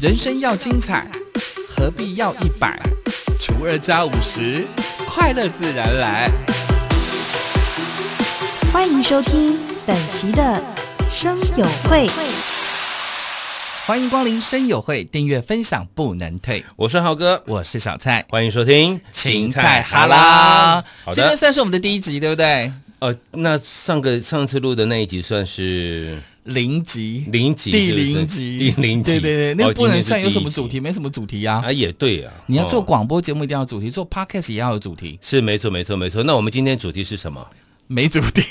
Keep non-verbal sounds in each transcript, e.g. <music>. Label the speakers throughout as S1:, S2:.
S1: 人生要精彩，何必要一百除二加五十？快乐自然来。
S2: 欢迎收听本期的生友会。
S1: 欢迎光临生友会，订阅分享不能退。
S3: 我是浩哥，
S1: 我是小蔡，
S3: 欢迎收听
S1: 芹菜哈啦。
S3: 好
S1: 今天
S3: 的，
S1: 算是我们的第一集，对不对？
S3: 呃，那上个上次录的那一集算是
S1: 零集，
S3: 零集
S1: 第
S3: 是不是，
S1: 零集，
S3: 第零集，
S1: 对对对，那
S3: 哦
S1: 个不能算有
S3: 今天是第一
S1: 什么主题，没什么主题
S3: 集
S1: 啊。
S3: 啊，也对啊，
S1: 你要做
S3: 哦
S1: 广播节目一定要有主题，做 podcast 也要有主题，
S3: 是没错没错没错。那我们今天主题是什么？
S1: 没主题。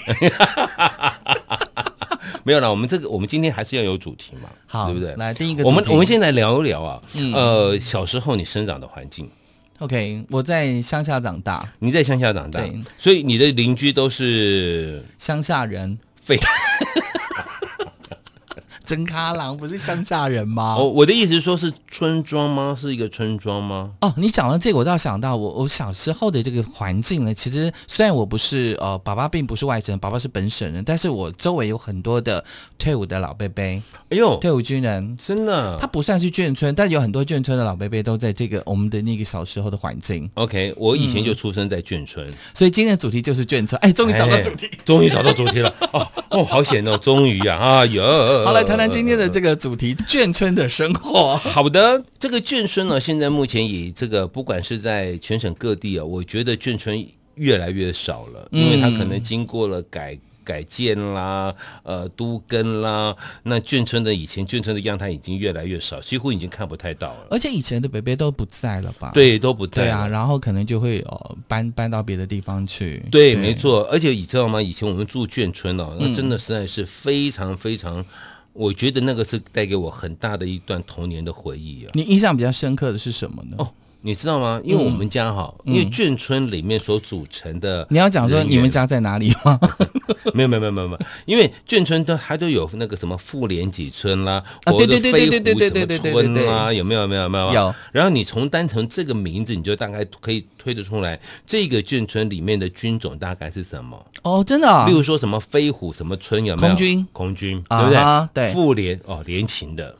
S3: 没有啦，我们这个我们今天还是要有主题嘛，
S1: 好
S3: 对不对？
S1: 来第一个主题嗯
S3: 我们我们先来聊一聊啊，呃，小时候你生长的环境，
S1: OK，我在乡下长大，
S3: 你在乡下长大
S1: 对，
S3: 所以你的邻居都是
S1: 乡下人，
S3: 废。
S1: 真咖郎不是乡下人吗？
S3: 哦，我的意思是说，是村庄吗？是一个村庄吗？
S1: 哦，你讲到这个，我倒想到我我小时候的这个环境呢。其实虽然我不是呃，爸爸并不是外省人，爸爸是本省人，但是我周围有很多的退伍的老伯伯、
S3: 哎呦，
S1: 退伍军人，
S3: 真的，
S1: 他不算是眷村，但有很多眷村的老伯伯都在这个我们的那个小时候的环境。
S3: OK，我以前就出生在眷村，
S1: 所以今天的主题就是眷村。嗯哎，终于找到主题。
S3: 哎终于找到主题
S1: <laughs>
S3: 了。哦哦，好险哦，终于啊，啊有。
S1: 好，来谈谈今天的这个主题——眷村的生 <laughs> 活。
S3: 好的，这个眷村呢，现在目前以这个不管是在全省各地啊，我觉得眷村越来越少了，
S1: 嗯
S3: 因为它可能经过了改。改建啦，呃，都更啦，那眷村的以前眷村的样态已经越来越少，几乎已经看不太到了。
S1: 而且以前的伯伯都不在了吧？
S3: 对，都不在
S1: 呃对
S3: 了
S1: 啊，然后可能就会呃搬搬到别的地方去。
S3: 对，没。错。而且你知道吗？以前我们住眷村哦，那
S1: 嗯
S3: 真的实在是非常非常，我觉得那个是带给我很大的一段童年的回忆啊。
S1: 你印象比较深刻的是什么呢？
S3: 哦，你知道吗？因为我们家哈，嗯因为眷村里面所组成的，
S1: 你要讲说你们家在哪里吗？
S3: <laughs> 没有没有没有没有没有，因为眷村都还都有那个什么妇联几村啦，
S1: 啊
S3: 活的
S1: 对对对对对对对对
S3: 飞狐
S1: 对对
S3: 什么
S1: 对对
S3: 村啦，有没有有没有有没有？
S1: 有。
S3: 然后你从单从这个名字，你就大概可以推得出来，这个眷村里面的军种大概是什么？
S1: 哦，真的啊
S3: 例如说什么飞虎什么村有没有？
S1: 空军
S3: 空军，对
S1: 啊
S3: 不对？
S1: 哈对
S3: 妇联哦，联勤的。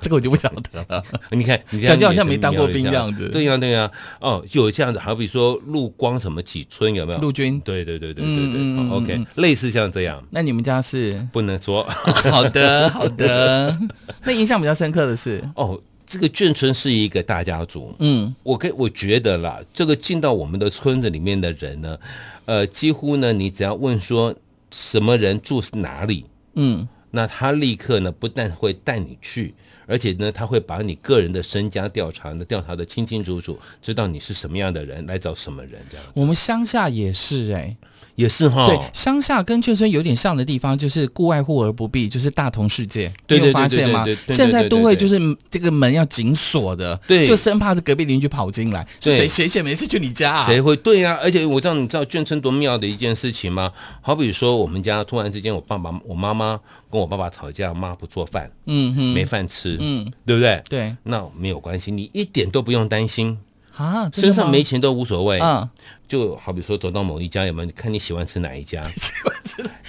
S1: 这个我就不晓得
S3: <laughs>
S1: 了。
S3: 你看，你这
S1: 感
S3: 样
S1: 觉好像
S3: 眼神
S1: 没当过
S3: 瞄了一
S1: 兵
S3: 下
S1: 样子
S3: 对呀、对呀、哦，就有这样子，好比说陆光什么几村有没有？
S1: 陆军
S3: 对对对对对
S1: 嗯
S3: 对、
S1: 嗯嗯
S3: 哦、，OK，
S1: 嗯
S3: 类似像这样，
S1: 那你们家
S3: <laughs>
S1: 是？
S3: 不能说
S1: 好的，好的。 <laughs> 那印象比较深刻的是，
S3: 哦。这个眷村是一个大家族，
S1: 嗯，
S3: 我跟我觉得啦，这个进到我们的村子里面的人呢，呃，几乎呢，你只要问说什么人住哪里，
S1: 嗯，
S3: 那他立刻呢，不但会带你去，而且呢，他会把你个人的身家调查呢调查的清清楚楚，知道你是什么样的人，来找什么人，这样
S1: 我们乡下也是哎、
S3: 也是哈。
S1: 嗯对，乡下跟眷村有点像的地方，就是顾外户而不闭，就是大同世界，
S3: 对
S1: 你有
S3: 对对
S1: 发
S3: 对
S1: 现吗
S3: 对对？对
S1: 现在
S3: 对对
S1: 都会
S3: 对
S1: 就是这个门要紧锁的，
S3: 对
S1: 就生怕是隔壁邻居跑进来，是
S3: 对
S1: 谁谁闲没事去你家啊？
S3: 谁会对呀、而且我知道，你知道眷村多妙的一件事情吗？好比说，我们家突然之间，我爸爸、我妈妈跟我爸爸吵架，妈不做饭，
S1: 嗯哼，
S3: 没饭吃，
S1: 嗯，
S3: 对不对？
S1: 对
S3: 那没有关系，你一点都不用担心，
S1: 啊，真的
S3: 身上
S1: 吗
S3: 没钱都无所谓。
S1: 嗯，
S3: 就好比说走到某一家，有没有看你喜欢吃哪一家？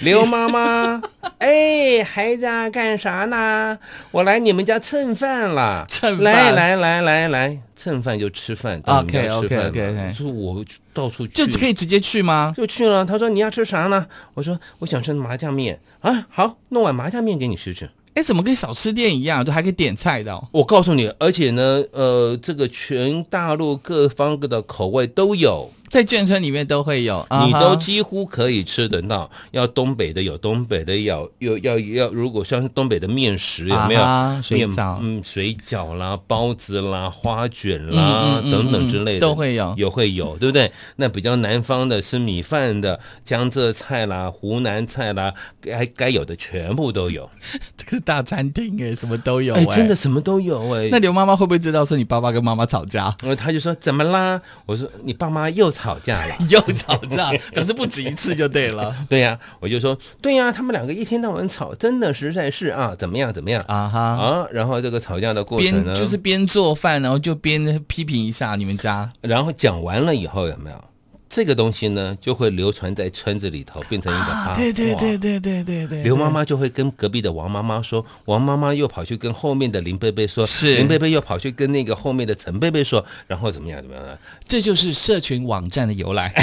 S3: 刘妈妈， <laughs> 哎，孩子啊，干啥呢？我来你们家蹭饭啦！
S1: 蹭饭
S3: 来来来来来，蹭饭就吃饭，到你们家吃饭嘛。
S1: OK，OK，OK，OK
S3: 就是我到处去
S1: 就可以直接去吗？
S3: 就去了。他说你要吃啥呢？我说我想吃麻酱面啊，好，弄碗麻酱面给你吃吃。
S1: 哎，怎么跟小吃店一样，就还可以点菜的、哦？
S3: 我告诉你，而且呢，呃，这个全大陆各方的口味都有。
S1: 在眷村里面都会有，
S3: 你
S1: 啊
S3: 都
S1: 哈
S3: 几乎可以吃得到。要东北的有东北的，要要要要，如果像是东北的面食有没有？
S1: 啊哈水
S3: 面
S1: 饺
S3: 嗯，水饺啦、包子啦、花卷啦、
S1: 嗯嗯嗯
S3: 等等
S1: 嗯
S3: 之类的
S1: 都会有
S3: 有会有，对不对？那比较南方的是米饭的、江浙菜啦、湖南菜啦，该该有的全部都有。
S1: 这个大餐厅哎，什么都有
S3: 哎
S1: 哎，，
S3: 真的。什么都有哎、
S1: 那刘妈妈会不会知道说你爸爸跟妈妈吵
S3: <laughs>
S1: 架？
S3: 然后他就说怎么啦？我说你爸妈又吵架了。
S1: 又吵架，可是不止一次就对
S3: <laughs>
S1: 了
S3: 对呀、我就说对呀、他们两个一天到晚吵，真的实在是啊，怎么样怎么样
S1: 啊哈。
S3: 啊，然后这个吵架的过
S1: 边
S3: 程呢，
S1: 就是边做饭，然后就边批评一下你们家
S3: 然后讲完了以后有没有？这个东西呢，就会流传在村子里头，变成一个
S1: 啊
S3: 八卦。
S4: 对对对对对对对，
S3: 啊刘妈妈就会跟隔壁的王妈妈说，王妈妈又跑去跟后面的林贝贝说，
S1: 是
S3: 林贝贝又跑去跟那个后面的陈贝贝说，然后怎么样怎么样啊？
S1: 这就是社群网站的由
S3: <laughs>
S1: 来。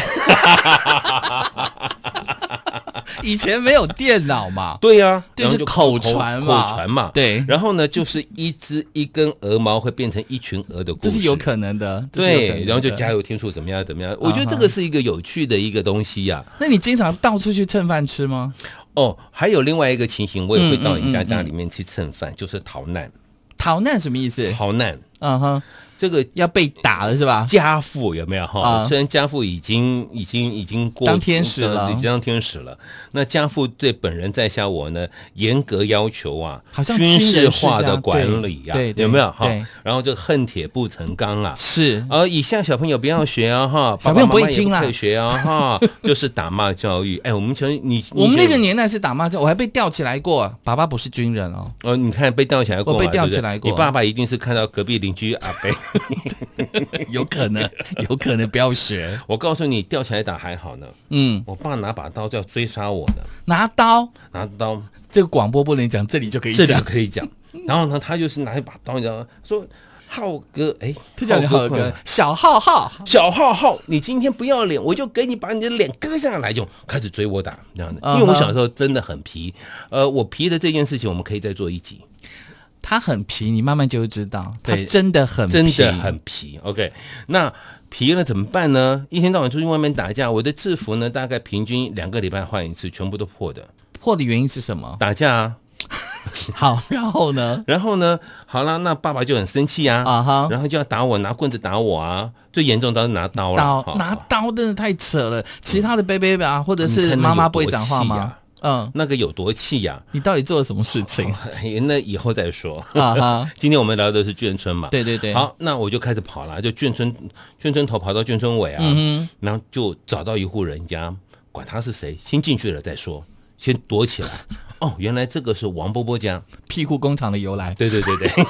S1: 以前没有电脑
S3: <laughs>
S1: 嘛，
S3: 对呀、
S1: 对
S3: 然后
S1: 是口传嘛
S3: 口传嘛，
S1: 对
S3: 然后呢，就是一只一根鹅毛会变成一群鹅的故
S1: 这
S3: 事，
S1: 是有可能的。这是有可能的
S3: 对，
S1: 啊
S3: 然后就加。油添醋怎么样怎么样？我觉得这个是一个有趣的一个东西呀、
S1: 那你经常到处去蹭饭吃吗？
S3: 哦，还有另外一个情形，我也会到
S1: 嗯嗯
S3: 人家家里面去蹭饭，就是逃难，
S1: 逃难什么意思？
S3: 逃难
S1: 嗯哼，
S3: 这个。
S1: 要被打了是吧？
S3: 家父有没有哈
S1: 啊？
S3: 虽然家父已经已经已经过
S1: 当天使了
S3: 呃已经当天使了。那家父对本人在下我呢，严格要求啊，
S1: 好像
S3: 军
S1: 军
S3: 事
S1: 人世
S3: 化
S1: 家
S3: 的管理啊
S1: 对对，对
S3: 有没有哈
S1: 对？
S3: 然后就恨铁不成钢啊。
S1: 是
S3: 呃，以下小朋友不要学啊哈，
S1: 小朋友
S3: 爸爸妈
S1: 不
S3: 妈
S1: 会
S3: 也
S1: 听啦
S3: 可以学啊
S1: <laughs>
S3: 哈，就是打骂教育。哎，我们从你
S1: 我们那个
S3: 你
S1: 年代是打骂战，我还被吊起来过。爸爸不是军人 <laughs> 哦，
S3: 呃，你看被吊起来过
S1: 我
S3: 嘛，
S1: 被
S3: 对
S1: 吊
S3: 不对
S1: 起来过啊
S3: 你爸爸一定是看到隔壁邻居阿伯。
S1: 有可能，有可能不要学。
S3: <laughs> 我告诉你，吊起来打还好呢，
S1: 嗯，
S3: 我爸拿把刀就要追杀我呢，
S1: 拿刀，
S3: 拿刀。
S1: 这个广播不能讲，这里就可以
S3: 这里
S1: 讲。
S3: 可以讲。然后呢，他就是拿一把刀，你知道吗？说浩哥，哎，
S1: 他讲好
S3: 快来
S1: 哥，小浩浩，
S3: 小浩浩，你今天不要脸，我就给你把你的脸割下来，就开始追我打这样的。
S1: 嗯
S3: 因为我小时候真的很皮，呃，我皮的这件事情，我们可以再做一集，
S1: 他很皮，你慢慢就会知道，他
S3: 对
S1: 真的很皮
S3: 真的很皮。OK，那皮了怎么办呢？一天到晚出去外面打架，我的制服呢，大概平均两个礼拜换一次，全部都破的。
S1: 破的原因是什么？
S3: 打架啊，
S1: 好，然后呢？
S3: 然后呢，好啦，那爸爸就很生气啊，
S1: 啊哈
S3: 然后就要打我，拿棍子打我啊，最严重当然拿刀了，
S1: 刀
S3: 好
S1: 拿
S3: 好
S1: 刀真的太扯了，其他的贝贝啊，或者
S3: 你
S1: 是
S3: 看那
S1: 妈妈
S3: 有
S1: 不会
S3: 多
S1: 讲话
S3: 气
S1: 吗
S3: 呀？
S1: 嗯，
S3: 那个有多气呀、
S1: 你到底做了什么事情？
S3: 哎那以后再说。
S1: <laughs>
S3: <laughs>
S1: 啊哈，
S3: 今天我们聊的是眷村嘛，
S1: 对对对，，
S3: 好，那我就开始跑了，就眷村眷村头跑到眷村尾啊，
S1: 嗯
S3: 然后就找到一户人家，管他是谁，先进去了再说，先躲起来。哦，原来这个是王波波家，
S1: 哼，屁股工厂的由来，
S3: 对对对对。 <laughs>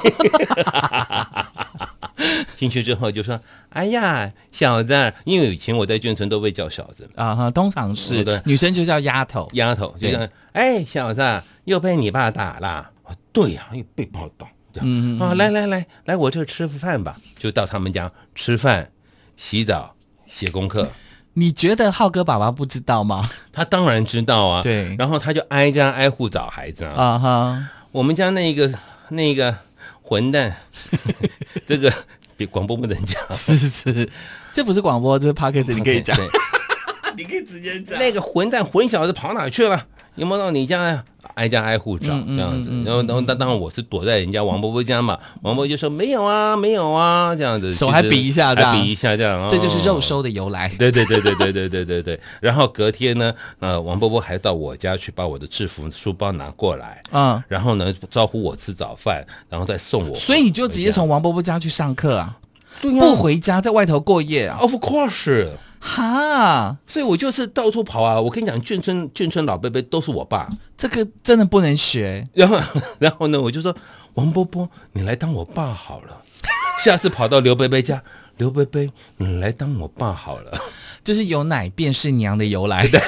S3: 进去之后就说：“哎呀，小子，因为以前我在眷村都被叫小子，
S1: 啊哈，通常是
S3: 嗯对
S1: 女生就叫丫头，
S3: 丫头就
S1: 对
S3: 像，哎，小子，又被你爸打了。啊对呀、又被爸打。这样
S1: 嗯
S3: 啊，来来来，来我这儿吃饭吧，就到他们家吃饭、洗澡、写功课。
S1: 你觉得浩哥爸爸不知道吗？
S3: 他当然知道啊，
S1: 对
S3: 然后他就挨家挨户找孩子啊。
S1: 啊哈，
S3: 我们家那个那个混蛋， <laughs> 这个比广播不能讲，
S1: 是是，这不是广播，这是 p o d c a
S3: <laughs>
S1: s t 你可以讲，
S3: 对
S1: 你可以直接讲
S3: 那个混蛋混小子跑哪去了？有没有到你家呀？挨家挨户找
S1: 嗯
S3: 这样子，然后然后当当然我是躲在人家王伯伯家嘛，王伯伯就说没有啊，没有啊这样子，
S1: 手
S3: 其实
S1: 还比一下这样
S3: 还比一下这样，
S1: 这就是肉
S3: 哦。
S1: 收的由来。
S3: 对对对对对对对对对。然后隔天呢，呃，王伯伯还到我家去把我的制服书包拿过来，
S1: 嗯，
S3: 然后呢招呼我吃早饭，然后再送我。
S1: 所以你就直接从王伯伯家去上课啊，
S3: 对
S1: 不回家，在外头过夜啊？
S3: ，of course。
S1: 哈，
S3: 所以我就是到处跑啊！我跟你讲，眷村眷村老伯伯都是我爸。
S1: 这个真的不能学。
S3: 然后， <laughs> 然后呢，我就说王波波，你来当我爸好了。 <laughs> 下次跑到刘贝贝家，刘贝贝，你来当我爸好了。 <laughs>
S1: 就是有奶便是娘的由来的，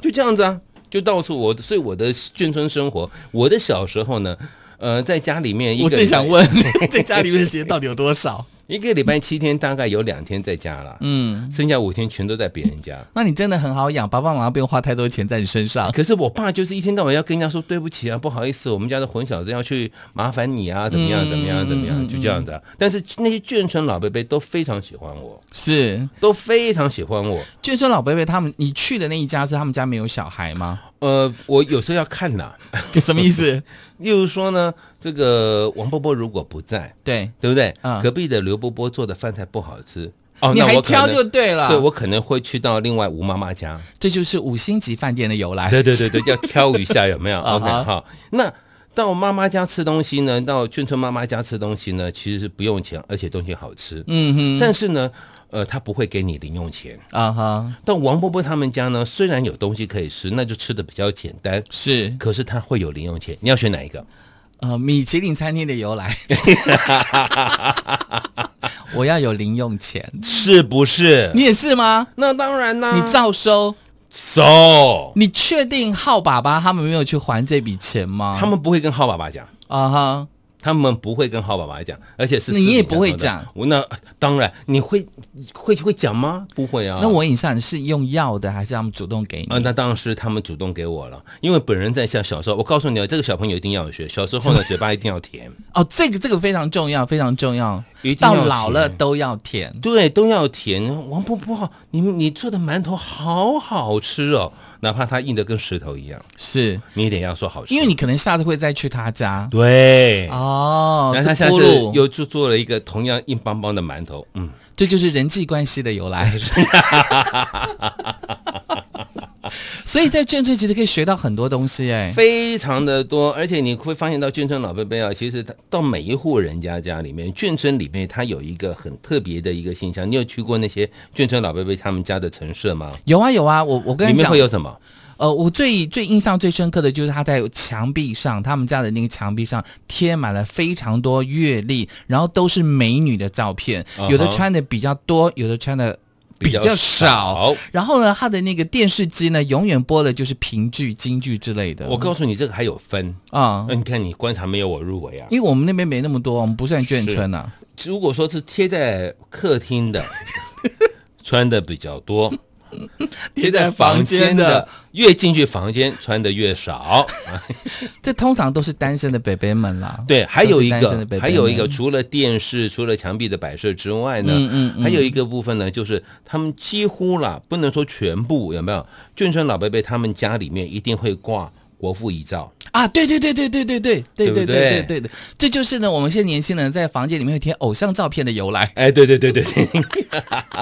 S3: 就这样子啊，就到处我，所以我的眷村生活，我的小时候呢，呃，在家里面一个
S1: <laughs> 我最
S3: 礼拜
S1: 想问， <laughs> 在家里面的时间到底有多少？
S3: 一个礼拜七天，大概有两天在家啦，
S1: 嗯，
S3: 剩下五天全都在别人家。
S1: 那你真的很好养，爸爸妈妈不用花太多钱在你身上。
S3: 可是我爸就是一天到晚要跟人家说对不起啊，不好意思，我们家的混小子要去麻烦你啊，怎么样，怎么样，怎么样，就这样子、
S1: 嗯
S3: 啊。但是那些眷村老伯伯都非常喜欢我，
S1: 是，
S3: 都非常喜欢我。
S1: 就是说老伯伯他们，你去的那一家是他们家没有小孩
S3: <laughs>
S1: 吗？
S3: 呃，我有时候要看呐，
S1: 什么意思？
S3: 例如说呢，这个王伯伯如果不在，
S1: <laughs> 对，
S3: 对不对？
S1: 嗯
S3: 隔壁的刘伯伯做的饭菜不好吃，哦，
S1: 你
S3: 那
S1: 还
S3: 我可能
S1: 挑就对了。
S3: 对我可能会去到另外吴妈妈家，
S1: 这就是五星级饭店的由来。
S3: 对对对对，要挑一下有没有
S1: <laughs> 啊
S3: ？OK，
S1: 哈
S3: 好，那。到妈妈家吃东西呢，到眷村妈妈家吃东西呢，其实是不用钱，而且东西好吃。
S1: 嗯
S3: 但是呢，呃，他不会给你零用钱。
S1: 哼，啊哈，
S3: 到王伯伯他们家呢，虽然有东西可以吃，那就吃的比较简单，
S1: 是
S3: 可是他会有零用钱。你要选哪一个？
S1: 呃米其林餐厅的由
S3: <laughs>
S1: 来。 <laughs> 我要有零用钱，
S3: 是不是？
S1: 你也是吗？
S3: 那当然啦、
S1: 你照收？
S3: 走，
S1: 你确定浩爸爸他们没有去还这笔钱吗？
S3: 他们不会跟浩爸爸讲，
S1: 啊哈，
S3: 他们不会跟浩爸爸讲，而且是私
S1: 你也
S3: 底下
S1: 不会
S3: 说的
S1: 讲。
S3: 我那当然，你会会会讲吗？不会啊。
S1: 那我问一下，你是用要的还是他们主动给你？
S3: 啊，那当然是他们主动给我了，因为本人在小小时候，我告诉你啊，这个小朋友一定要有学，小时候呢嘴巴一定要甜，
S1: 哦，这个这个非常重要，非常重要
S3: 一，定
S1: 到
S3: 要
S1: 老了
S3: 填
S1: 都要填。
S3: 对，都要甜。王婆婆，你你做的馒头好好吃哦，哪怕它硬的跟石头一样，
S1: 是
S3: 你也得要说好吃，
S1: 因为你可能下次会再去他家
S3: 对。
S1: 哦。
S3: 然后
S1: 这
S3: 他下
S1: 铺
S3: 次
S1: 路
S3: 又做做了一个同样硬邦邦的馒头，嗯，
S1: 这就是人际关系的由来。 <laughs> 所以在眷村其实可以学到很多东西哎、
S3: <laughs> 非常的多，而且你会发现到眷村老伯伯啊，其实他到每一户人家家里面，眷村里面它有一个很特别的一个现象。你有去过那些眷村老伯伯他们家的陈设吗？
S1: 有啊有啊，我我跟
S3: 里
S1: 你
S3: 面
S1: 讲
S3: 会，有什么？
S1: 呃，我最最印象最深刻的就是他在墙壁上，他们家的那个墙壁上贴满了非常多月历，然后都是美女的照片
S3: 嗯哼
S1: 有的穿的比较多，有的穿的比较少。
S3: 少。
S1: 然后呢，他的那个电视机呢，永远播的就是评剧、京剧之类的。
S3: 我告诉你，这个还有分。
S1: 啊、
S3: 那你看，你观察没有我入围啊？
S1: 因为我们那边没那么多，我们不算眷村啊。
S3: 如果说是贴在客
S1: <laughs>
S3: 厅的，穿的比较多；贴在房间的，越进去房间穿的越少。
S1: 这通常都是单身的北北们啦。
S3: 对，还有一
S1: 都是单身的
S3: 个
S1: 北，北
S3: 还有一个，
S1: 们
S3: 除了电视、除了墙壁的摆设之外呢，
S1: 嗯嗯嗯
S3: 还有一个部分呢，就是他们几乎啦，不能说全部，有没有？眷村老伯伯他们家里面一定会挂国父遗照，
S1: 啊，对对对对对对对对
S3: 对不
S1: 对对
S3: 对
S1: 对对对，这就是呢，我们现在年轻人在房间里面会贴偶像照片的由来。
S3: 哎，对对对对对， <laughs>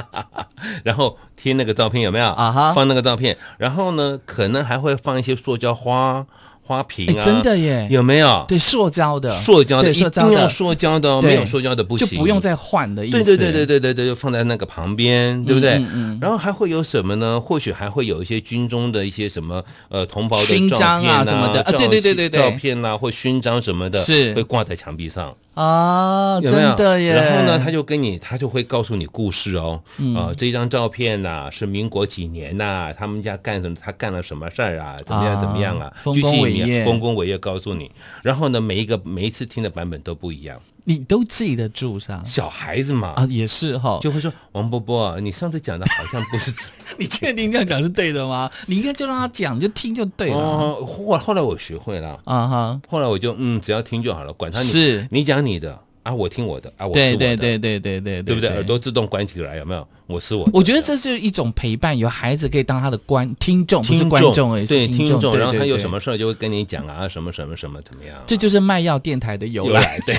S3: 然后贴那个照片有没有？
S1: 啊哈
S3: 放那个照片，然后呢，可能还会放一些塑胶花花
S1: 哎
S3: 瓶，啊，
S1: 真的耶，
S3: 有没有？
S1: 对塑胶的，
S3: 塑胶的
S1: 对
S3: 一
S1: 塑胶
S3: 定要
S1: 的，
S3: 塑胶的哦，
S1: 对
S3: 没有塑胶的不
S1: 就
S3: 行，
S1: 不用再换的意思。
S3: 对对对对对对对，就放在那个旁边，对不对？
S1: 嗯嗯
S3: 然后还会有什么呢？或许还会有一些军中的一些什么呃同胞的
S1: 勋
S3: 照
S1: 章
S3: 片
S1: 啊什么的啊
S3: 照
S1: 对对对对对
S3: 照片啊或勋章什么的，
S1: 是
S3: 会挂在墙壁上，
S1: 啊，
S3: 有没有？
S1: 真的耶。
S3: 然后呢，他就跟你，他就会告诉你故事哦。
S1: 嗯
S3: 啊，这张照片呐、是民国几年呐、他们家干什么？他干了什么事儿啊？怎么样？
S1: 啊
S3: 怎么样啊？
S1: 丰
S3: 巨
S1: 功
S3: 细
S1: 伟
S3: 靡
S1: 业
S3: 丰功伟业告诉你。然后呢，每一个每一次听的版本都不一样。
S1: 你都记得住上
S3: 小孩子嘛，
S1: 啊，也是哈。
S3: 就会说王伯伯啊，你上次讲的好像不是这
S1: 你确定这样讲是对的吗？你应该就让他讲，你就听就 <laughs> 对了。
S3: 哦。后后来我学会了，
S1: 啊哈，
S3: 后来我就嗯，只要听就好了，管他你
S1: 是
S3: 你讲你的啊，我听我的啊，我吃我
S1: 对对
S3: 的，
S1: 对对对对
S3: 对
S1: 对
S3: 不对？耳朵自动关起来有没有？我吃我的。
S1: 我觉得这是一种陪伴，有孩子可以当他的观听众，不是
S3: 听
S1: 观众而已，
S3: 对
S1: 是听
S3: 众，然后他有
S1: 对
S3: 什么事儿就会跟你讲啊，什么什么什么怎么样啊，
S1: 对这就是卖药电台的由
S3: 有
S1: 来。
S3: 来对，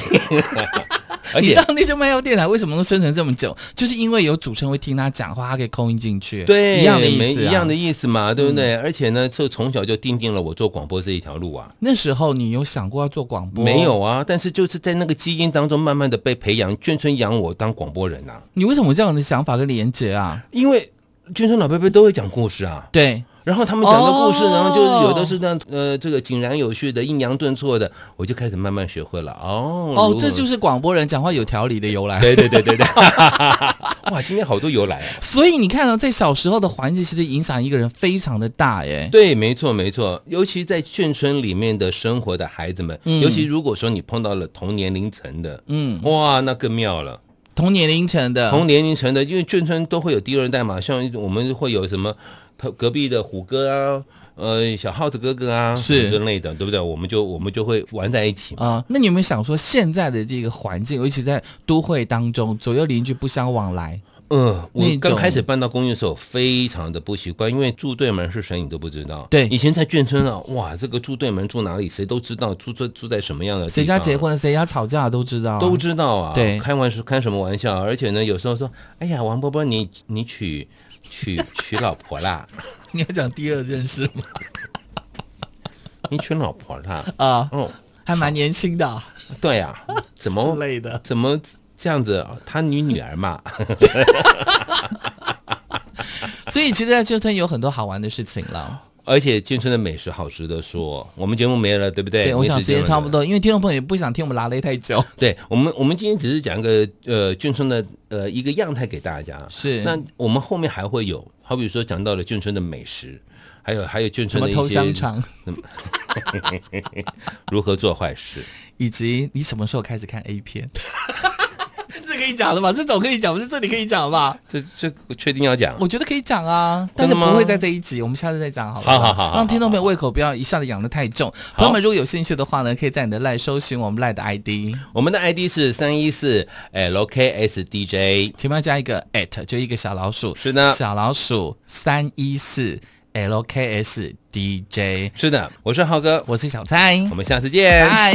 S3: <laughs> 而
S1: 你知
S3: 且
S1: 道那些卖药电台为什么能生存这么久？就是因为有主持人会听他讲话，他可以空音进去，
S3: 对
S1: 一样的意思、啊嗯
S3: 没一样的。意思嘛，对不对？而且呢，这从小就定定了我做广播这一条路啊。
S1: 那时候你有想过要做广播？
S3: 没。有啊，但是就是在那个基因当中，慢慢的被培养。眷村养我当广播人啊，
S1: 你为什么有这样的想法跟连结啊？
S3: 因为眷村老伯伯都会讲故事啊。
S1: 对，
S3: 然后他们讲的故事，
S1: 哦
S3: 然后就有的是这样，呃，这个井然有序的，抑扬顿挫的，我就开始慢慢学会了。哦
S1: 哦，这就是是广播人讲话有条理的由来。
S3: 对对对对对， <laughs> 哇，今天好多由来啊！
S1: 所以你看到、在小时候的环境，其实影响一个人非常的大耶。
S3: 对，没错没错，尤其在眷村里面的生活的孩子们，
S1: 嗯
S3: 尤其如果说你碰到了同年龄层的，
S1: 嗯，
S3: 哇，那更妙了。
S1: 同年龄层的，
S3: 同年龄层的，因为眷村都会有第二代嘛，像我们会有什么，他隔壁的虎哥啊，呃，小耗子哥哥啊，
S1: 是
S3: 之类的，对不对？我们就我们就会玩在一起嘛。
S1: 啊、那你有没有想说，现在的这个环境，尤其在都会当中，左右邻居不相往来，
S3: 嗯，我
S1: 那种
S3: 刚开始搬到公寓的时候，非常的不习惯，因为住对门是谁你都不知道。
S1: 对
S3: 以前在眷村啊，哇，这个住对门住哪里，谁都知道，住住住在什么样的地方
S1: 谁家结。婚了，谁家吵架都知道啊，<laughs>
S3: 都知道啊，
S1: 对
S3: 开玩笑，开什么玩笑？而且呢，有时候说，哎呀，王伯伯，你你娶娶娶老婆啦， <laughs>
S1: 你要讲第二件事吗？
S3: 你娶老婆啦，
S1: 啊，
S3: 哦，
S1: 还蛮年轻的
S3: <laughs>
S1: 啊
S3: 对呀、怎么
S1: 之类的。
S3: 怎么这样子？她你女儿嘛，
S1: 所以其实，在眷村有很多好玩的事情了。
S3: 而且眷村的美食好值得说，我们节目没了，对不对？
S1: 对，我
S3: 没
S1: 想时间
S3: 了
S1: 差不。多，因为听众朋友也不想听我们拉勒太久。
S3: 对我们，我们今天只是讲一个呃眷村的呃一个样态给大家。啊
S1: 是
S3: 那我们后面还会有，好比说讲到了眷村的美食，还有还有眷
S1: 什
S3: 村
S1: 么
S3: 的一
S1: 偷
S3: 些
S1: 香肠，
S3: 如何做坏事。
S1: 以及你什么时候开始看 A 片？ <laughs> 这可以讲的吧？这种可以讲，不是这里可以讲吧？
S3: 这这个确定要讲？
S1: 我觉得可以讲啊，但
S3: 真
S1: 是
S3: 的
S1: 不
S3: 吗
S1: 会在这一集，我们下次再讲好了。
S3: 好好好好
S1: 让听众朋友胃口不要一下子养得太重。朋友们，如果有兴趣的话呢，可以在你的赖搜寻我们赖的 ID，
S3: 我们的 ID 是三一四哎 LKSDJ。
S1: 前面加一个 at，就一个小老鼠。
S3: 是的
S1: 小老鼠三一四 LKS DJ，
S3: 是的，我是浩哥，
S1: 我是小蔡，
S3: 我们下次见。
S1: 拜。